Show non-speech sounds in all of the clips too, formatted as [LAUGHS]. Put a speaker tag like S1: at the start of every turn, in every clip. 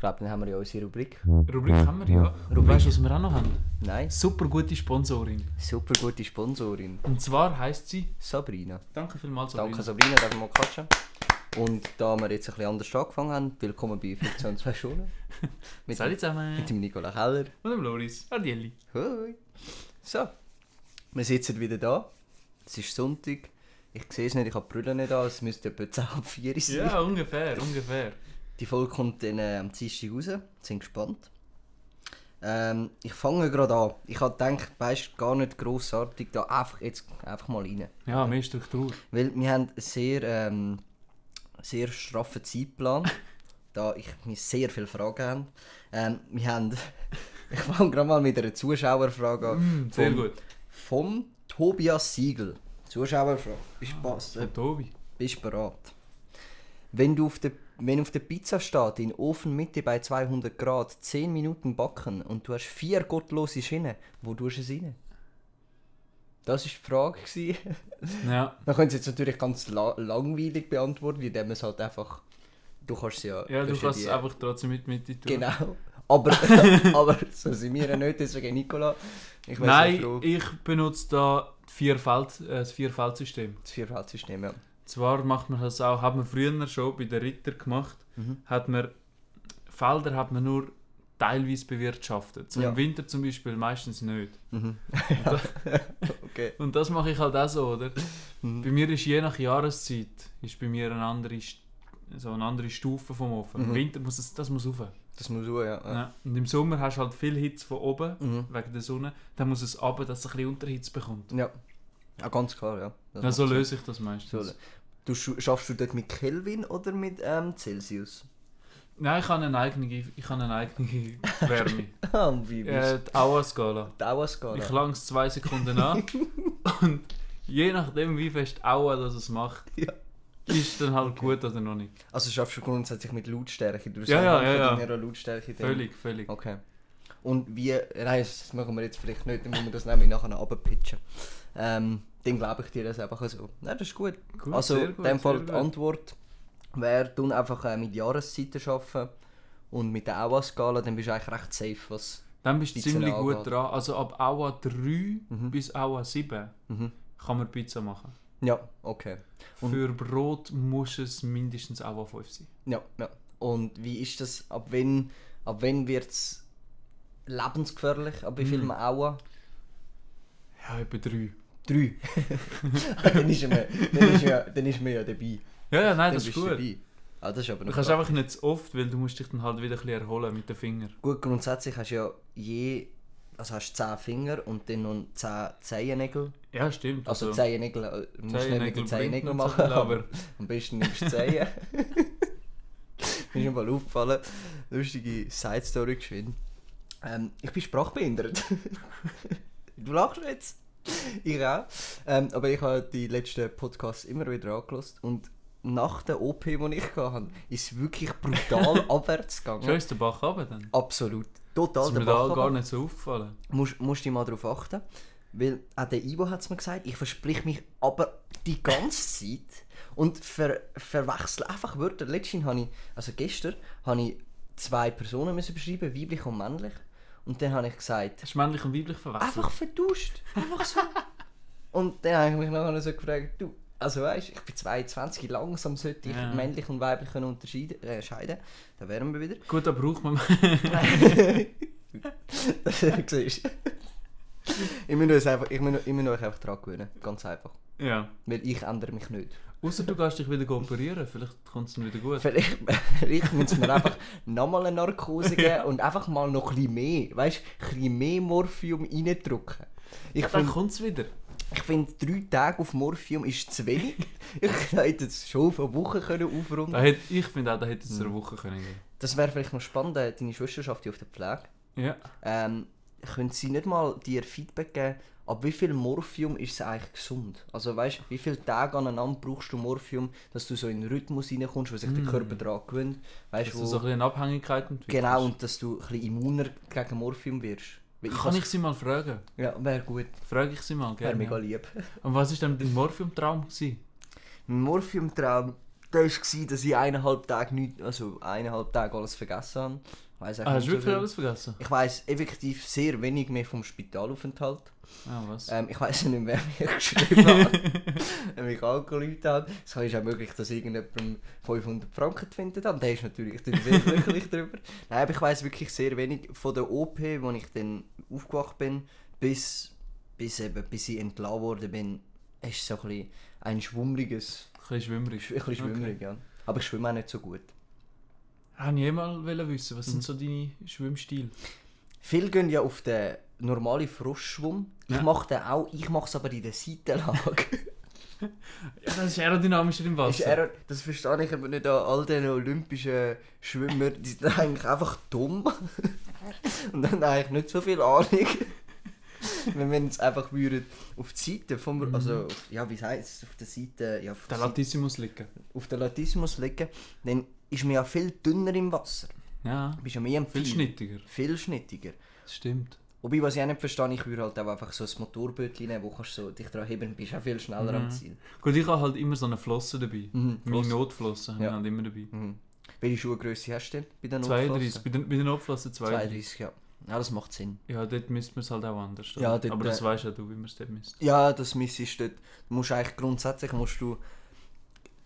S1: glaube, dann haben wir ja unsere Rubrik.
S2: Rubrik haben wir ja. Und weißt du, was wir auch noch haben?
S1: Nein,
S2: Super gute Sponsorin.
S1: super gute Sponsorin.
S2: Und zwar heisst sie.
S1: Sabrina.
S2: Danke vielmals,
S1: Danke
S2: Sabrina.
S1: Sabrina, darf ich mal klatschen. Und da wir jetzt ein bisschen anders angefangen haben, willkommen bei 15 und 2 Stunden. Mit,
S2: Salut zusammen.
S1: mit dem Nicola Keller.
S2: Und dem Loris. Adielli.
S1: Hoi. So, wir sitzen wieder da. Es ist Sonntag. Ich sehe es nicht, ich habe die Brille nicht an. Es müsste etwa 10 ab 4 sein.
S2: Ja, ungefähr, ungefähr.
S1: Die Folge kommt dann äh, am Dienstag raus. Sind gespannt. Ähm, ich fange gerade an. Ich habe gedacht, weißt gar nicht grossartig, da einfach jetzt einfach mal rein.
S2: Ja, mehr Struktur.
S1: Weil wir haben einen sehr, ähm, sehr straffen
S2: [LAUGHS]
S1: Zeitplan, da ich mir sehr viele Fragen habe. Ähm, wir haben, [LAUGHS] ich fange gerade mal mit einer Zuschauerfrage an.
S2: Mm, sehr
S1: vom,
S2: gut.
S1: Vom Tobias Siegel. Zuschauerfrage.
S2: Ah.
S1: Bist, pass, äh,
S2: Von Tobi.
S1: bist bereit? Wenn du auf der wenn auf der Pizza steht, in Ofenmitte bei 200 Grad 10 Minuten backen und du hast vier gottlose Schienen, wo tust du es rein? Das war die Frage. gewesen.
S2: Ja.
S1: Man könnte es jetzt natürlich ganz la langweilig beantworten, indem es halt einfach. Du kannst es ja.
S2: Ja, du
S1: hast ja
S2: kannst
S1: die-
S2: es einfach trotzdem mit mit in die Tour.
S1: Genau.
S2: [LAUGHS]
S1: Aber, aber so sind wir ja nicht, deswegen Nicola. Ich weiss ja
S2: Nein,
S1: schon,
S2: ich benutze da die Vierfeld, äh, das Vierfeldsystem.
S1: das Vierfeldsystem, ja.
S2: Zwar macht man das auch, hat man früher schon bei den Ritter gemacht,
S1: Mhm.
S2: hat man Felder hat man nur teilweise bewirtschaftet. So
S1: Ja. Mhm.
S2: Im Winter zum Beispiel meistens nicht.
S1: [LAUGHS] Okay. Mhm.
S2: Und das mache ich halt auch so, oder? Bei mir ist je nach Jahreszeit ist bei mir eine andere, St- so eine andere Stufe vom Ofen. Im Winter muss es, das muss rauf.
S1: Das muss auch, Mhm. ja. Mhm. ja.
S2: Ja. Und im Sommer hast du halt viel Hitze von oben, wegen der Sonne. Dann muss es runter, dass es ein bisschen Unterhitze bekommt.
S1: Ja. Ja, ganz klar, ja. Das
S2: Ja, so
S1: macht
S2: löse ich das
S1: Sinn.
S2: meistens.
S1: So, Du schu- schaffst du dort mit Kelvin oder mit ähm, Celsius? [LAUGHS]
S2: Nein, ich habe eine eigene, ich habe eine [LAUGHS] eigene Wärme.
S1: Ah, und wie bist
S2: äh, die Aua-Skala.
S1: du? Dauerskala.
S2: Ich lang es zwei Sekunden an [LAUGHS] und je nachdem, wie fest Aua das es macht,
S1: Ja.
S2: ist dann halt gut oder noch nicht.
S1: Also schaffst du grundsätzlich mit Lautstärke. Du
S2: Ja, ja, ja, ja.
S1: Von deiner Lautstärke dann-
S2: Völlig, völlig.
S1: Okay. Und wie. Nein, das machen wir jetzt vielleicht nicht, dann müssen wir das nämlich nachher noch runterpitchen. Ähm, dann glaube ich dir das einfach so. Nein, das ist gut.
S2: Gut,
S1: also,
S2: sehr
S1: in
S2: gut,
S1: dem Fall
S2: sehr
S1: die
S2: gut.
S1: Antwort wäre, tun einfach äh, mit Jahreszeiten arbeiten und mit der Aua-Skala, dann bist du eigentlich recht safe. Was
S2: Dann bist du
S1: Pizza
S2: ziemlich
S1: angeht. Mhm.
S2: gut dran. Also ab Aua 3 bis Aua 7 kann man Pizza machen.
S1: ja, okay.
S2: Für Brot muss es mindestens Aua 5 sein.
S1: Ja, ja. Und wie ist das? Ab wann, ab wann wird es lebensgefährlich? Ab wie viel Aua?
S2: Ja, etwa 3.
S1: [LAUGHS] Drei. Ah, dann, ist man, dann, ist man, dann ist man ja dabei.
S2: Ja, ja, nein,
S1: Dann
S2: das ist
S1: bist du
S2: gut.
S1: dabei. Ah, das ist aber
S2: Du
S1: noch
S2: kannst einfach nicht zu oft, weil du musst dich dann halt wieder ein bisschen erholen mit den Fingern.
S1: Gut, grundsätzlich hast du ja je. Also hast 10 Finger und dann noch 10 Zehennägel.
S2: Ja, stimmt.
S1: Also
S2: also,
S1: Zehennägel, äh, du musst nicht mit
S2: Zehennägel
S1: den Zehennägeln
S2: bringt noch
S1: machen,
S2: so viel,
S1: aber
S2: aber-
S1: am besten nimmst du [LAUGHS]
S2: [LAUGHS]
S1: Zehen. Mir ist mal aufgefallen, lustige Side-Story geschwind. Ähm, ich bin sprachbehindert. [LAUGHS] du lachst jetzt. Ich auch. Ähm, aber ich habe die letzten Podcasts immer wieder angelassen und nach der OP, die ich hatte, ist es wirklich
S2: [LAUGHS]
S1: brutal abwärts
S2: schon
S1: gegangen.
S2: ist der Bach runter dann.
S1: Absolut. Total
S2: Ist mir
S1: Bach
S2: da
S1: runter
S2: gar nicht so aufgefallen.
S1: musst, musst du mal darauf achten. Weil auch der Ivo hat es mir gesagt, ich versprich mich aber die ganze [LAUGHS] Zeit und ver verwechsel einfach Wörter. Letztens habe ich, also gestern, habe ich zwei Personen müssen beschreiben, weiblich und männlich. Und dann habe ich gesagt,
S2: Hast du männlich und weiblich verwechselt?
S1: einfach vertauscht, einfach so. und dann habe ich mich nachher so gefragt, du, also weißt ich bin 22, langsam sollte ich
S2: Ja.
S1: männlich und weiblich können unterscheiden, äh, scheiden. Da wären wir wieder.
S2: Gut, da braucht man... [LAUGHS]
S1: das [LAUGHS] siehst du. Ich muss euch einfach, ich muss, ich muss euch einfach dran gewöhnen. Ganz einfach.
S2: ja.
S1: Weil ich ändere mich nicht.
S2: Außer du gehst dich wieder operieren, vielleicht kommt es dann wieder gut.
S1: Vielleicht, vielleicht müssen wir einfach nochmal eine Narkose geben und einfach mal noch ein bisschen mehr, weißt du, ein bisschen mehr Morphium reindrücken. Ich
S2: Dann
S1: finde,
S2: kommt es wieder.
S1: ich find, drei Tage auf Morphium ist zu wenig. Ich hätte es schon vor Wochen können
S2: Da
S1: aufrunden
S2: hätte, ich finde auch, da hätte es eine
S1: Hm.
S2: Woche können gehen.
S1: Das wäre vielleicht noch spannend, äh, deine Schwester schafft ja auf der Pflege.
S2: Ja.
S1: ähm, können sie nicht mal dir Feedback geben, ab wie viel Morphium ist es eigentlich gesund? Also weißt wie viele Tage aneinander brauchst du Morphium, dass du so in den Rhythmus reinkommst, wo sich der Körper daran gewöhnt, weißt
S2: Mm. Dass
S1: wo,
S2: du so ein bisschen eine Abhängigkeit entwickelst.
S1: genau, und dass du ein bisschen immuner gegen Morphium wirst. Weil
S2: Kann
S1: has-
S2: ich sie mal fragen?
S1: Ja, wäre gut,
S2: Frage ich sie mal,
S1: wäre
S2: gerne.
S1: mega lieb. [LAUGHS]
S2: Und was war denn mit dem Morphium-Traum? gewesen?
S1: Morphium-Traum, war, dass ich eineinhalb Tage nicht, also eineinhalb Tage alles vergessen habe. Ich weiss eigentlich
S2: Ah, hast
S1: nicht
S2: du
S1: so
S2: wirklich
S1: viel.
S2: alles vergessen?
S1: Ich weiß effektiv sehr wenig mehr vom Spitalaufenthalt.
S2: Ah, was?
S1: Ähm, ich weiß nicht mehr, [LAUGHS] wer mir geschrieben hat, wer mich angerufen hat. Es ist auch möglich, dass irgendjemand 500 Franken findet hat. Der ist natürlich dann sehr glücklich darüber. Nein, aber ich weiß wirklich sehr wenig von der OP, wo ich dann aufgewacht bin, bis, bis, eben, bis ich entlassen worden bin. Es ist so ein, bisschen ein schwummriges,
S2: Ein bisschen schwimmerig.
S1: ein bisschen schwimmerig, ja. Aber ich schwimme auch nicht so gut.
S2: Habe ich eh mal wollen wissen,
S1: Hm.
S2: was sind so deine Schwimmstile?
S1: Viele gehen ja auf den normalen Froschschwumm. Ich
S2: Ja.
S1: mache den auch, ich mache es aber in der Seitenlage.
S2: Ja, das ist aerodynamischer im
S1: Ist
S2: Wasser.
S1: er, das verstehe ich aber nicht an all den olympischen Schwimmern, die sind eigentlich einfach dumm [LAUGHS] und haben eigentlich nicht so viel Ahnung. [LAUGHS] Wenn wir jetzt einfach würden, auf die Seite vom, also auf, ja wie heißt es, auf der Seite, ja, auf,
S2: Mhm. Der
S1: der Seite,
S2: Latissimus liegen.
S1: auf den Latissimus legen, dann ist man ja viel dünner im Wasser.
S2: Ja,
S1: Du bist ja Hm. mehr im
S2: viel
S1: Pfeil.
S2: schnittiger.
S1: Viel schnittiger.
S2: Das stimmt.
S1: Wobei, was ich auch nicht verstehe, ich würde halt auch einfach so ein Motorbötchen nehmen, wo kannst du so dich dran heben, bist auch viel schneller
S2: Mhm.
S1: am Ziel.
S2: Gut, ich habe halt immer so eine Flosse dabei.
S1: Mhm,
S2: Meine
S1: Flosse.
S2: Notflosse habe ich
S1: Ja.
S2: halt immer dabei.
S1: Mhm. Welche Schuhgröße hast du denn bei der Notflosse?
S2: 32, bei den, bei den Notflossen 32.
S1: 32, ja. Ja, das macht Sinn.
S2: Ja, dort misst man es halt auch anders.
S1: Ja,
S2: oder?
S1: dort,
S2: Aber das
S1: äh,
S2: weißt ja du, wie man es dort misst.
S1: Ja, das Miss ist dort. Du musst eigentlich grundsätzlich musst du.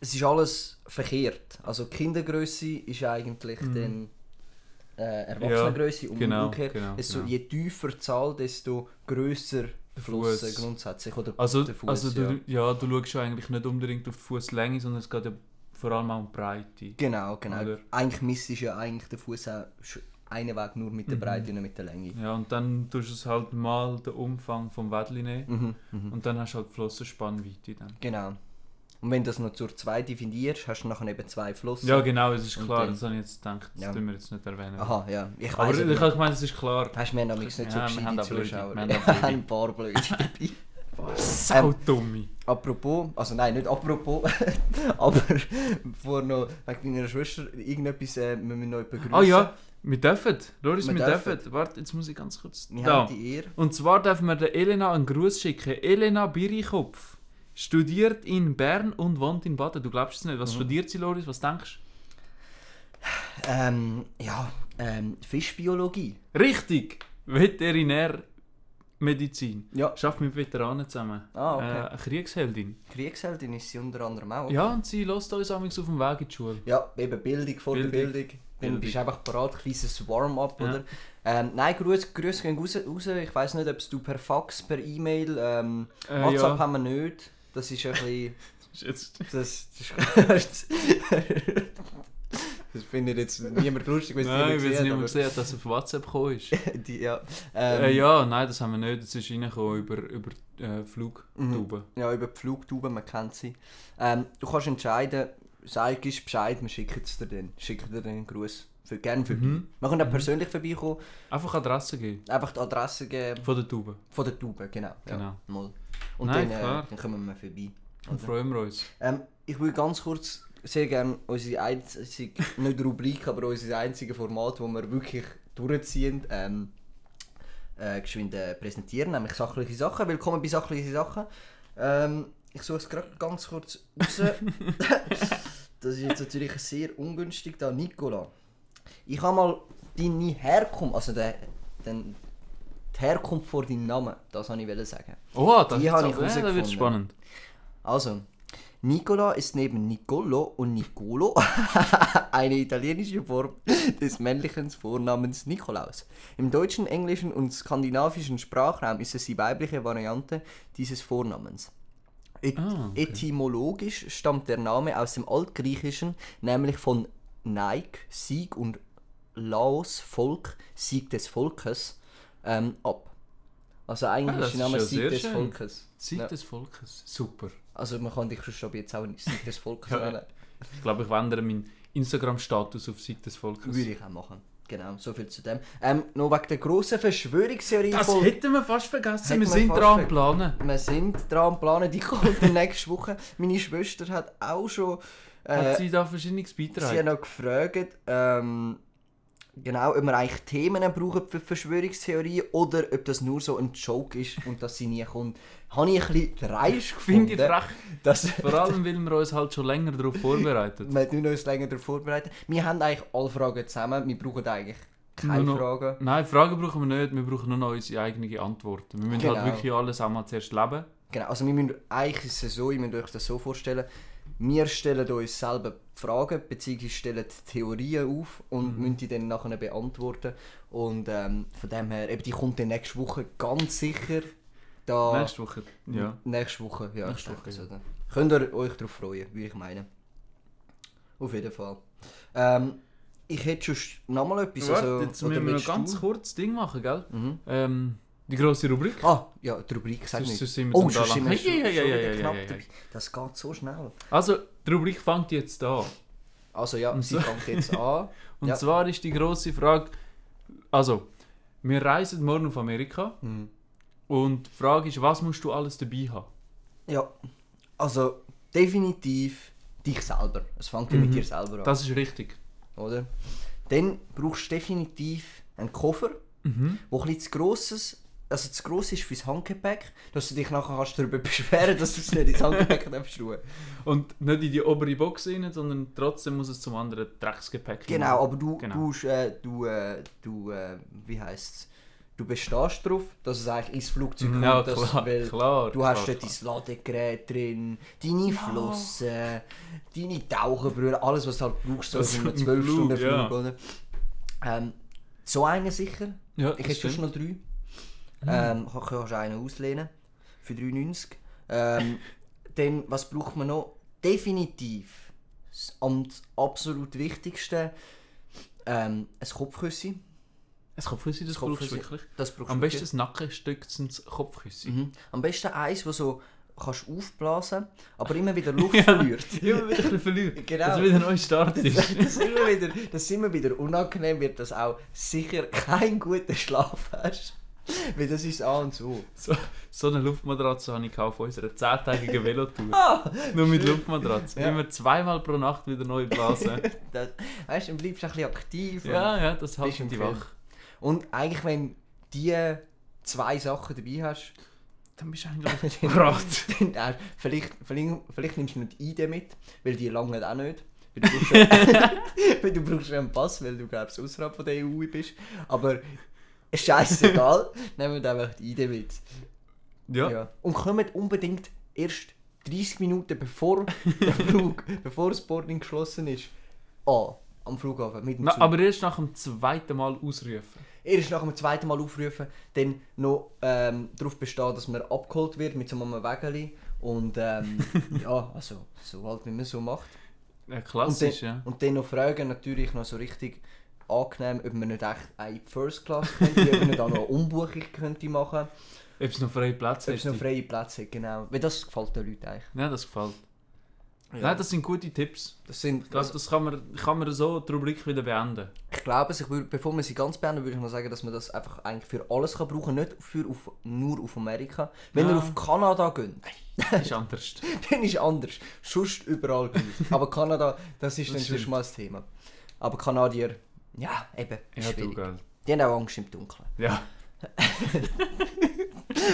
S1: Es ist alles verkehrt. Also die Kindergröße ist eigentlich dann äh, Erwachsenengröße und
S2: Mhm. genau,
S1: umgekehrt.
S2: genau,
S1: desto,
S2: genau.
S1: Je tiefer die Zahl, desto grösser
S2: Der
S1: Flossen
S2: Fuss.
S1: grundsätzlich. Oder
S2: Also,
S1: der Fuss,
S2: also
S1: ja.
S2: du, ja. du schaust ja eigentlich nicht unbedingt auf die Fußlänge, sondern es geht ja vor allem auch um die Breite.
S1: Genau, genau.
S2: Oder-
S1: Eigentlich misst ist ja eigentlich der Fuß auch sch- einen Weg nur mit der
S2: Mhm.
S1: Breite und nicht mit der Länge.
S2: Ja, und dann tust du es halt mal den Umfang vom Wädli nehmen
S1: Mhm, mhm.
S2: und dann hast du halt die Flossenspannweite dann.
S1: Genau. Und wenn du das noch zur 2 definierst, hast du nachher eben zwei Flossen.
S2: Ja, genau, es ist
S1: Und
S2: klar,
S1: dann-
S2: das habe ich jetzt gedacht, das
S1: Ja.
S2: tun wir jetzt nicht erwähnen.
S1: Aha, Also ja. genau, Ich
S2: Aber
S1: weiss
S2: ich,
S1: eben
S2: ich habe gemeint, es ist klar.
S1: Hast du mir noch nichts nicht so
S2: Ja, wir haben
S1: gescheite
S2: auch blöde.
S1: Zuschauer?
S2: Wir haben
S1: Wir
S2: auch
S1: haben [LAUGHS]
S2: blöde.
S1: ein paar blöde dabei.
S2: [LAUGHS] Sau dummi.
S1: Apropos, also nein, nicht apropos, [LAUGHS] nou, aber vor noch wegen deiner Schwester irgendetwas äh, müssen wir noch begrüßen.
S2: Ah ja, wir dürfen. Loris,
S1: Wir
S2: wir,
S1: dürfen.
S2: dürfen. Warte, jetzt muss ich ganz kurz.
S1: Wir
S2: Da.
S1: haben die Ehre.
S2: Und zwar dürfen wir der Elena einen Gruß schicken. Elena Birikopf studiert in Bern und wohnt in Baden. Du glaubst es nicht.
S1: Mhm.
S2: Was studiert sie, Loris? Was denkst
S1: Ähm, ja, ähm, Fischbiologie.
S2: du? Richtig! Veterinärmedizin.
S1: Ja.
S2: Schafft mit Veteranen zusammen.
S1: Ah, okay.
S2: Äh, eine Kriegsheldin.
S1: Kriegsheldin ist sie unter anderem auch.
S2: Ja, und sie lässt uns amigs auf dem Weg in die Schule.
S1: Ja, eben Bildung vor der
S2: Bildung.
S1: Bildung. Dann
S2: Bildung.
S1: bist du einfach parat, kleines Warm-up,
S2: Ja.
S1: oder? Ähm, nein, Grüße, Grüße gehen raus, raus. Ich weiss nicht, ob du per Fax, per E-Mail, ähm,
S2: Äh,
S1: WhatsApp
S2: ja.
S1: haben wir nicht. Das ist ein bisschen...
S2: Jetzt-
S1: Das, das, [LAUGHS] das findet jetzt niemand lustig, wenn es
S2: Nein,
S1: niemand
S2: weil es
S1: sieht.
S2: niemand
S1: aber-
S2: gesehen hat, dass es auf WhatsApp gekommen ist.
S1: [LAUGHS] Die, ja.
S2: Äh,
S1: Ähm, ja.
S2: ja, nein, das haben wir nicht. Es ist reingekommen über, über äh,
S1: Mhm.
S2: Flugtuben.
S1: über die Flugtauben, man kennt sie. Ähm, du kannst entscheiden, sag uns Bescheid, wir schicken es dir dann. Schicken dir dann einen Gruß. Für, gerne vorbei.
S2: Mhm.
S1: Wir können auch persönlich vorbeikommen,
S2: Einfach Adresse geben.
S1: einfach die Adresse geben
S2: Von der Tube.
S1: von der Taube, genau.
S2: Genau.
S1: Ja, mal. Und
S2: Nein,
S1: dann,
S2: klar.
S1: äh, dann kommen wir vorbei.
S2: Dann freuen wir uns.
S1: Ähm, ich will ganz kurz sehr gerne unsere einzige, nicht Rubrik, aber unser einziges Format, das wir wirklich durchziehen, ähm, äh, geschwind äh, präsentieren, nämlich sachliche Sachen. Willkommen bei sachliche Sachen. Ähm, ich suche es gerade ganz kurz raus. das ist jetzt natürlich sehr ungünstig, da Nicola. Ich habe mal deine Herkunft, also den, den, die Herkunft vor deinem Namen, das wollte ich wollen sagen.
S2: Oh, das,
S1: Die
S2: ist
S1: habe ich
S2: jetzt aber- ja, das wird
S1: rausgefunden.
S2: spannend.
S1: Also, Nicola ist neben Nicolo und Nicolo [LAUGHS] eine italienische Form des männlichen Vornamens Nikolaus. Im deutschen, englischen und skandinavischen Sprachraum ist es die weibliche Variante dieses Vornamens. Et
S2: Ah, okay.
S1: Etymologisch stammt der Name aus dem Altgriechischen, nämlich von Nike, Sieg und Laos, Volk, Sieg des Volkes, ähm, ab. Also eigentlich
S2: Ah, das
S1: ist der Name
S2: ist ja
S1: Sieg
S2: sehr
S1: des
S2: schön.
S1: Volkes.
S2: Zeit
S1: Ja.
S2: des Volkes. Super.
S1: Also man kann dich schon ab jetzt auch in Sieg des Volkes
S2: Ja.
S1: wählen.
S2: Ich glaube, ich wandere meinen Instagram-Status auf Sieg des Volkes.
S1: Würde ich auch machen. Genau, so viel zu dem. Ähm, noch wegen der grossen Verschwörungstheorie.
S2: Das
S1: Folge.
S2: hätten wir fast vergessen.
S1: Hätten
S2: wir
S1: wir
S2: sind
S1: fast
S2: dran
S1: ver-
S2: am Planen.
S1: Wir sind dran am planen, die [LAUGHS] kommt dann nächste Woche. Meine Schwester hat auch schon
S2: Hat
S1: äh,
S2: sie da verschiedenes beitragen?
S1: sie hat noch gefragt, ähm, Genau, ob wir eigentlich Themen brauchen für Verschwörungstheorien oder ob das nur so ein Joke ist und dass sie nie kommt. Habe ich ein bisschen dreist
S2: Finde
S1: gefunden.
S2: ich frech.
S1: dass
S2: Vor allem, weil wir uns halt schon länger darauf vorbereitet.
S1: wir haben uns länger darauf vorbereitet. Wir haben eigentlich alle Fragen zusammen. Wir brauchen eigentlich keine
S2: Nur noch-
S1: Fragen.
S2: Nein, Fragen brauchen wir nicht, wir brauchen nur noch unsere eigenen Antworten. Wir müssen
S1: Genau.
S2: halt wirklich alles einmal zuerst leben.
S1: Genau, also wir müssen, eigentlich ist es so, ihr müsst euch das so vorstellen, wir stellen uns selber Fragen, beziehungsweise stellen die Theorien auf und
S2: Mhm.
S1: müssen die dann nachher beantworten. Und ähm, von dem her, eben, die kommt dann nächste Woche ganz sicher. Da
S2: Nächste Woche. Ja.
S1: Nächste Woche, ja.
S2: Nächste
S1: ich denke
S2: Woche,
S1: so,
S2: ja.
S1: dann. Könnt ihr euch darauf freuen, würde ich meinen. Auf jeden Fall. Ähm, ich hätte schon nochmal etwas. also,
S2: Warte, jetzt müssen wir noch
S1: willst
S2: ganz
S1: du?
S2: kurz Ding machen, gell?
S1: Mhm.
S2: Ähm, die grosse Rubrik.
S1: Ah, ja, die Rubrik sag
S2: Sonst-
S1: nicht.
S2: sonst sind wir
S1: oh,
S2: dann da
S1: sonst sind
S2: lang.
S1: wir schon,
S2: Ja, ja, ja,
S1: schon
S2: ja,
S1: wieder
S2: ja,
S1: knapp
S2: ja, ja.
S1: dabei. Das geht so schnell.
S2: Also, die Rubrik fängt jetzt an.
S1: Also ja,
S2: Und
S1: sie
S2: so-
S1: fängt jetzt an.
S2: Und
S1: Ja.
S2: zwar ist die grosse Frage, also, wir reisen morgen auf Amerika
S1: Mhm.
S2: und die Frage ist, was musst du alles dabei haben?
S1: [LAUGHS] Ja, also definitiv dich selber. Es fängt ja mit dir selber an,
S2: Mhm. Das ist richtig.
S1: oder? Dann brauchst du definitiv einen Koffer.
S2: Mhm.
S1: wo ein bisschen zu grosses, also zu gross ist fürs Handgepäck, dass du dich nachher kannst darüber [LAUGHS] beschweren dass du es nicht ins Handgepäck darfst tun.
S2: Und nicht in die obere Box rein, sondern trotzdem muss es zum anderen Drecksgepäck hinein.
S1: Genau, aber du,
S2: Genau.
S1: du, äh, du, äh, du äh, wie heisst's, du bestehst darauf, dass es eigentlich ins Flugzeug kommt,
S2: Mhm. Ja,
S1: dass,
S2: klar,
S1: weil
S2: klar.
S1: du hast
S2: klar,
S1: dort dein Ladegerät drin, deine Flossen, deine Tauchenbrille, alles was du halt brauchst, so
S2: Das
S1: in einem
S2: ist ein Flug,
S1: 12-Stunden-Flug,
S2: ja.
S1: oder? Ähm, so einen sicher,
S2: Ja,
S1: Ich
S2: das
S1: hätte schon
S2: stimmt. Mhm.
S1: noch drei. Ähm, kann- kannst du einen auslehnen. Für 3,90.
S2: [LAUGHS]
S1: Ähm, dann, was braucht man noch? Definitiv. Das am absolut wichtigste. Ähm, ein Kopfküsschen.
S2: Es kommt für sie, das
S1: Das kommt
S2: brauchst du
S1: für sie.
S2: wirklich.
S1: Das brauchst
S2: Am
S1: du
S2: besten
S1: wirklich.
S2: das Nackenstück ins Kopfkissen.
S1: Mhm. Am besten eins, das so kannst aufblasen aber immer
S2: [LAUGHS]
S1: wieder Luft verliert. [LAUGHS]
S2: Immer wieder ein bisschen verlieren.
S1: Genau.
S2: Dass wieder neu Start
S1: Das [LAUGHS]
S2: ist.
S1: ist, immer wieder, das ist immer wieder unangenehm, wird das auch sicher keinen guten Schlaf hast. Weil das ist A und so.
S2: So, so eine Luftmatratze habe ich gekauft auf unserer 10-tägigen Velotour.
S1: Ah,
S2: Nur mit Luftmatratze.
S1: Ja.
S2: Immer zweimal pro Nacht wieder neu
S1: [LAUGHS]
S2: blasen.
S1: das, weißt du, dann bleibst du ein bisschen aktiv. und-
S2: ja, ja, das hält
S1: Bist im
S2: die
S1: Film.
S2: wach.
S1: Und eigentlich, wenn die zwei Sachen dabei hast,
S2: Dann bist du [LAUGHS] eigentlich
S1: [LAUGHS]
S2: bereit.
S1: dann hast vielleicht, vielleicht, vielleicht nimmst du noch die ID mit, weil die langen auch nicht. Weil du
S2: [LAUGHS]
S1: brauchst, ja- [LAUGHS] weil du brauchst ja einen Pass, weil du glaubst außerhalb von der EU bist. Aber
S2: [LAUGHS]
S1: scheißegal, nehmen wir einfach die ID mit.
S2: Ja.
S1: Ja. Und kommt unbedingt erst 30 Minuten bevor
S2: [LAUGHS]
S1: der Flug, bevor das Boarding geschlossen ist, an. Am Flughafen mit dem
S2: Na,
S1: Zug.
S2: aber erst nach dem zweiten Mal ausrufen.
S1: Erst nach dem zweiten Mal aufrufen, dann noch ähm, darauf bestehen, dass man abgeholt wird mit so einem Wägeli. Und ähm, ja, also so halt, wie man so macht.
S2: Ja,
S1: Und dann,
S2: klassisch, ja.
S1: und dann noch fragen, natürlich noch so richtig angenehm, ob man nicht echt eine First Class könnte, ob man nicht auch noch eine Umbuchung könnte machen,
S2: Ob es noch freie Plätze
S1: ob es noch
S2: hätte.
S1: freie Plätze hat, genau. Weil das gefällt den Leuten eigentlich.
S2: Nein, das gefällt. Nein, das sind gute Tipps.
S1: Das sind,
S2: Das, das kann, man, kann man so die Rubrik wieder
S1: [LAUGHS]
S2: beenden.
S1: ich glaube, ich würde, bevor wir sie ganz beenden, würde ich noch sagen, dass man das einfach eigentlich für alles kann brauchen kann, nicht für auf, nur auf Amerika. Wenn ihr
S2: Ja.
S1: auf Kanada geht,
S2: Ist anders.
S1: [LAUGHS] dann ist anders. Sonst überall gleich. [LAUGHS] Aber Kanada, das ist
S2: Das
S1: dann
S2: stimmt.
S1: schon mal das Thema. Aber Kanadier, ja, eben, ist
S2: Ja, du,
S1: schwierig.
S2: gell.
S1: Die haben auch Angst im Dunkeln.
S2: Ja,
S1: [LAUGHS]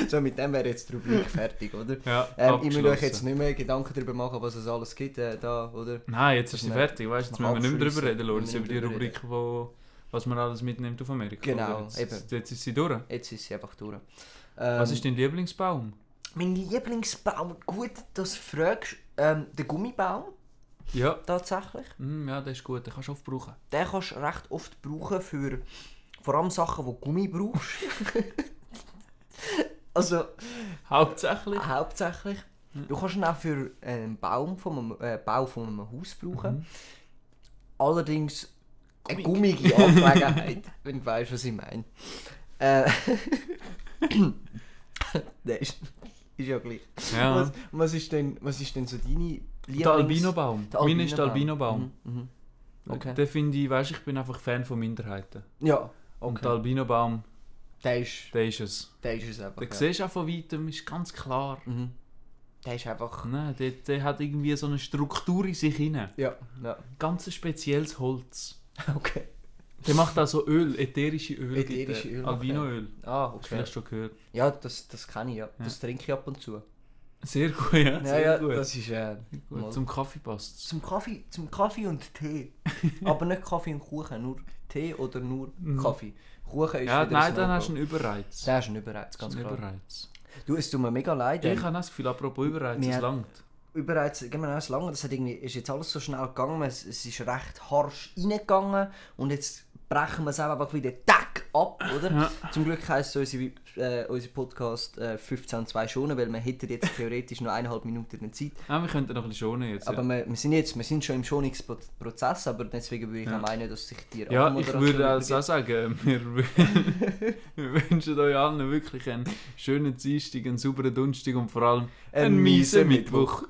S1: So, mit dem wäre jetzt die [LAUGHS] Rubrik fertig, oder?
S2: ja.
S1: Ähm, ich will euch
S2: abgeschlossen.
S1: jetzt nicht mehr Gedanken darüber machen, was es alles gibt, äh, da, oder?
S2: Nein, jetzt ist sie
S1: wir-
S2: fertig, weißt
S1: dass
S2: jetzt
S1: wir
S2: müssen wir nicht mehr drüber
S1: abschliessen.
S2: reden, Lorenz,
S1: Wir
S2: über
S1: müssen
S2: die
S1: nicht mehr
S2: Rubrik, wo, was man alles mitnimmt auf Amerika.
S1: Genau,
S2: oder? jetzt,
S1: eben.
S2: Jetzt ist sie durch.
S1: Jetzt ist sie einfach durch. Ähm,
S2: Was ist dein Lieblingsbaum?
S1: mein Lieblingsbaum? Gut, dass du fragst. Ähm, der Gummibaum,
S2: Ja,
S1: tatsächlich.
S2: mm, ja, der ist gut, den kannst du oft brauchen. [LAUGHS]
S1: Den kannst du recht oft brauchen für vor allem Sachen, die Gummi brauchst. [LAUGHS] also,
S2: Hauptsächlich.
S1: Hauptsächlich. Du kannst ihn auch für einen Baum von einem, äh, Bau von einem Haus brauchen.
S2: Mhm.
S1: Allerdings eine
S2: [LAUGHS]
S1: gummige Angelegenheit, wenn du weißt, was ich meine. Äh, [LAUGHS] Nein, ist, ist ja gleich.
S2: Ja.
S1: Was, was, ist denn, was ist denn so deine
S2: Ah. Der Albinobaum.
S1: Der
S2: Mein ist der
S1: Albinobaum.
S2: Albinobaum.
S1: Mhm, mhm. Okay.
S2: Den finde ich, weißt du, ich bin einfach Fan von Minderheiten.
S1: Ja,
S2: Und der Albinobaum,
S1: der ist,
S2: der ist es.
S1: der ist es einfach.
S2: Den
S1: ja.
S2: siehst du auch von weitem, ist ganz klar.
S1: Mhm. Der ist einfach.
S2: Nein, der, der hat irgendwie so eine Struktur in sich hinein.
S1: Ja, [LAUGHS] ja.
S2: Ganz ein spezielles Holz.
S1: Okay.
S2: Der macht auch so Öl, ätherische Öl. gibt
S1: Ätherische
S2: er.
S1: Öl macht er.
S2: Albinoöl.
S1: Ah,
S2: Hast du
S1: okay.
S2: vielleicht schon gehört.
S1: Ja, das, das kenne ich ja. Das trinke ich ab und zu.
S2: Sehr gut, ja.
S1: Ja,
S2: Sehr
S1: ja,
S2: gut.
S1: das ist äh, mal-
S2: gut. Zum Kaffee passt
S1: zum Kaffee, zum Kaffee und Tee.
S2: [LAUGHS]
S1: Aber nicht Kaffee und Kuchen, nur Tee oder nur Kaffee. Kuchen ist
S2: Mhm. Ja,
S1: wieder
S2: nein,
S1: ein
S2: dann
S1: No-Go.
S2: hast du einen Überreiz.
S1: Dann hast du einen Überreiz, ganz
S2: Einen
S1: klar.
S2: Überreiz.
S1: Du, es tut mir mega leid.
S2: Ich
S1: ähm,
S2: habe auch das Gefühl, apropos Überreiz,
S1: Mir
S2: es
S1: hat-
S2: langt.
S1: Überreiz, gehen wir auch lange, das hat irgendwie, ist jetzt alles so schnell gegangen, es, es ist recht harsch reingegangen und jetzt brechen wir es auch einfach wieder tack ab, oder?
S2: Ja.
S1: Zum Glück heisst unser, äh, unser Podcast äh, 15 2 schonen, weil wir hätten jetzt theoretisch noch eineinhalb Minuten mehr Zeit.
S2: Ah, wir könnten noch ein bisschen schonen jetzt.
S1: Aber
S2: ja.
S1: wir, wir sind jetzt, wir sind schon im Schonungsprozess, aber deswegen würde ich
S2: Ja.
S1: auch meinen, dass sich dir
S2: Ja, ich würde also auch sagen, wir, wü- [LAUGHS] wir wünschen euch
S1: Ähm,
S2: allen wirklich einen schönen Dienstag, einen sauberen Donnerstag und vor allem einen miesen Mittwoch.